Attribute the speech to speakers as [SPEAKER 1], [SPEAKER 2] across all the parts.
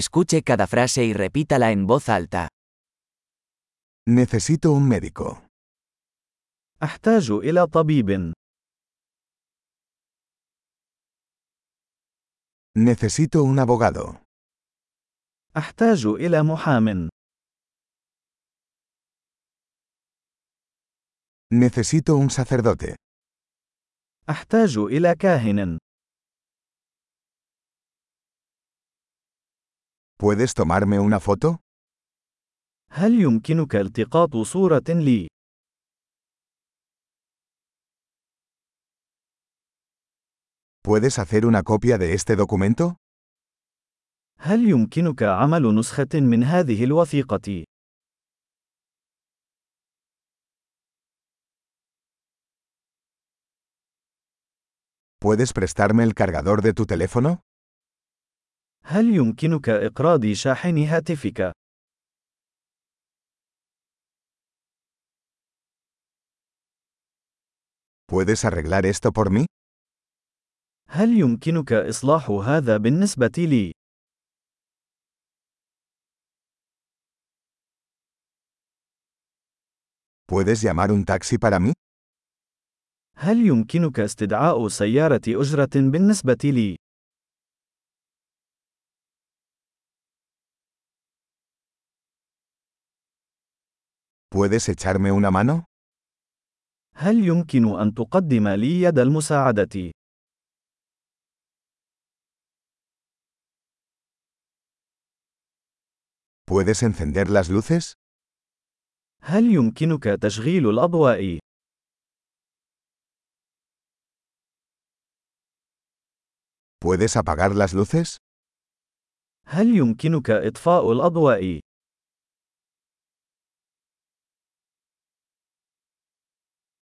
[SPEAKER 1] Escuche cada frase y repítala en voz alta.
[SPEAKER 2] Necesito un médico.
[SPEAKER 3] أحتاج إلى طبيب.
[SPEAKER 2] Necesito un abogado.
[SPEAKER 3] أحتاج إلى محام.
[SPEAKER 2] Necesito un sacerdote.
[SPEAKER 3] أحتاج إلى كاهن.
[SPEAKER 2] ¿Puedes tomarme una foto?
[SPEAKER 3] هل يمكنك التقاط صورة لي؟
[SPEAKER 2] ¿Puedes hacer una copia de este documento?
[SPEAKER 3] هل يمكنك عمل نسخة من هذه الوثيقة؟
[SPEAKER 2] ¿Puedes prestarme el cargador de tu teléfono?
[SPEAKER 3] هل يمكنك إقراض شاحن هاتفك؟
[SPEAKER 2] ¿Puedes arreglar esto por mí?
[SPEAKER 3] هل يمكنك إصلاح هذا بالنسبة لي؟
[SPEAKER 2] ¿Puedes llamar un taxi para mí?
[SPEAKER 3] هل يمكنك استدعاء سيارة أجرة بالنسبة لي؟
[SPEAKER 2] ¿Puedes echarme una mano?
[SPEAKER 3] هل يمكن أن تقدم لي يد المساعدة؟
[SPEAKER 2] ¿Puedes encender las luces?
[SPEAKER 3] هل يمكنك تشغيل الأضواء؟
[SPEAKER 2] ¿Puedes apagar las luces?
[SPEAKER 3] هل يمكنك إطفاء الأضواء؟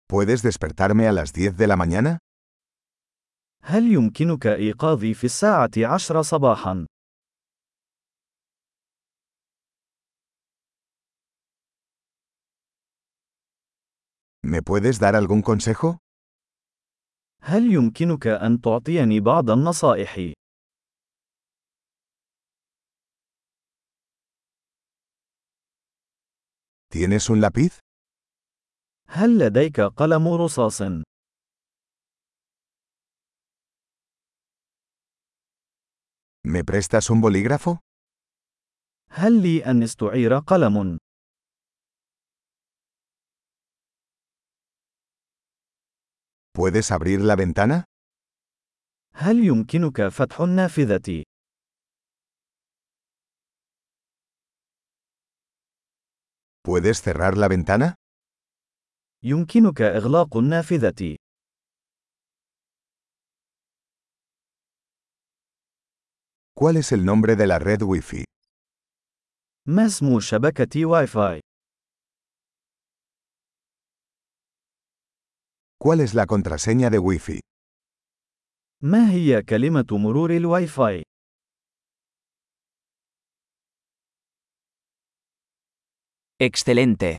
[SPEAKER 2] ¿Puedes despertarme a las 10 de la mañana?
[SPEAKER 3] هل يمكنك إيقاظي في الساعة عشر صباحا؟
[SPEAKER 2] ¿Me puedes dar algún consejo?
[SPEAKER 3] هل يمكنك أن تعطيني بعض النصائح؟
[SPEAKER 2] ¿Tienes un lápiz?
[SPEAKER 3] هل لديك قلم رصاص؟
[SPEAKER 2] ¿Me prestas un bolígrafo?
[SPEAKER 3] هل لي أن استعير قلم؟
[SPEAKER 2] ¿Puedes abrir la ventana?
[SPEAKER 3] هل يمكنك فتح النافذة؟
[SPEAKER 2] ¿Puedes cerrar la ventana?
[SPEAKER 3] يمكنك إغلاق النافذة.
[SPEAKER 2] ¿Cuál es el nombre de la red Wi-Fi?
[SPEAKER 3] ما اسم شبكة واي فاي؟
[SPEAKER 2] ¿Cuál es la contraseña de Wi-Fi?
[SPEAKER 3] ما هي كلمة مرور الواي فاي؟
[SPEAKER 1] Excelente.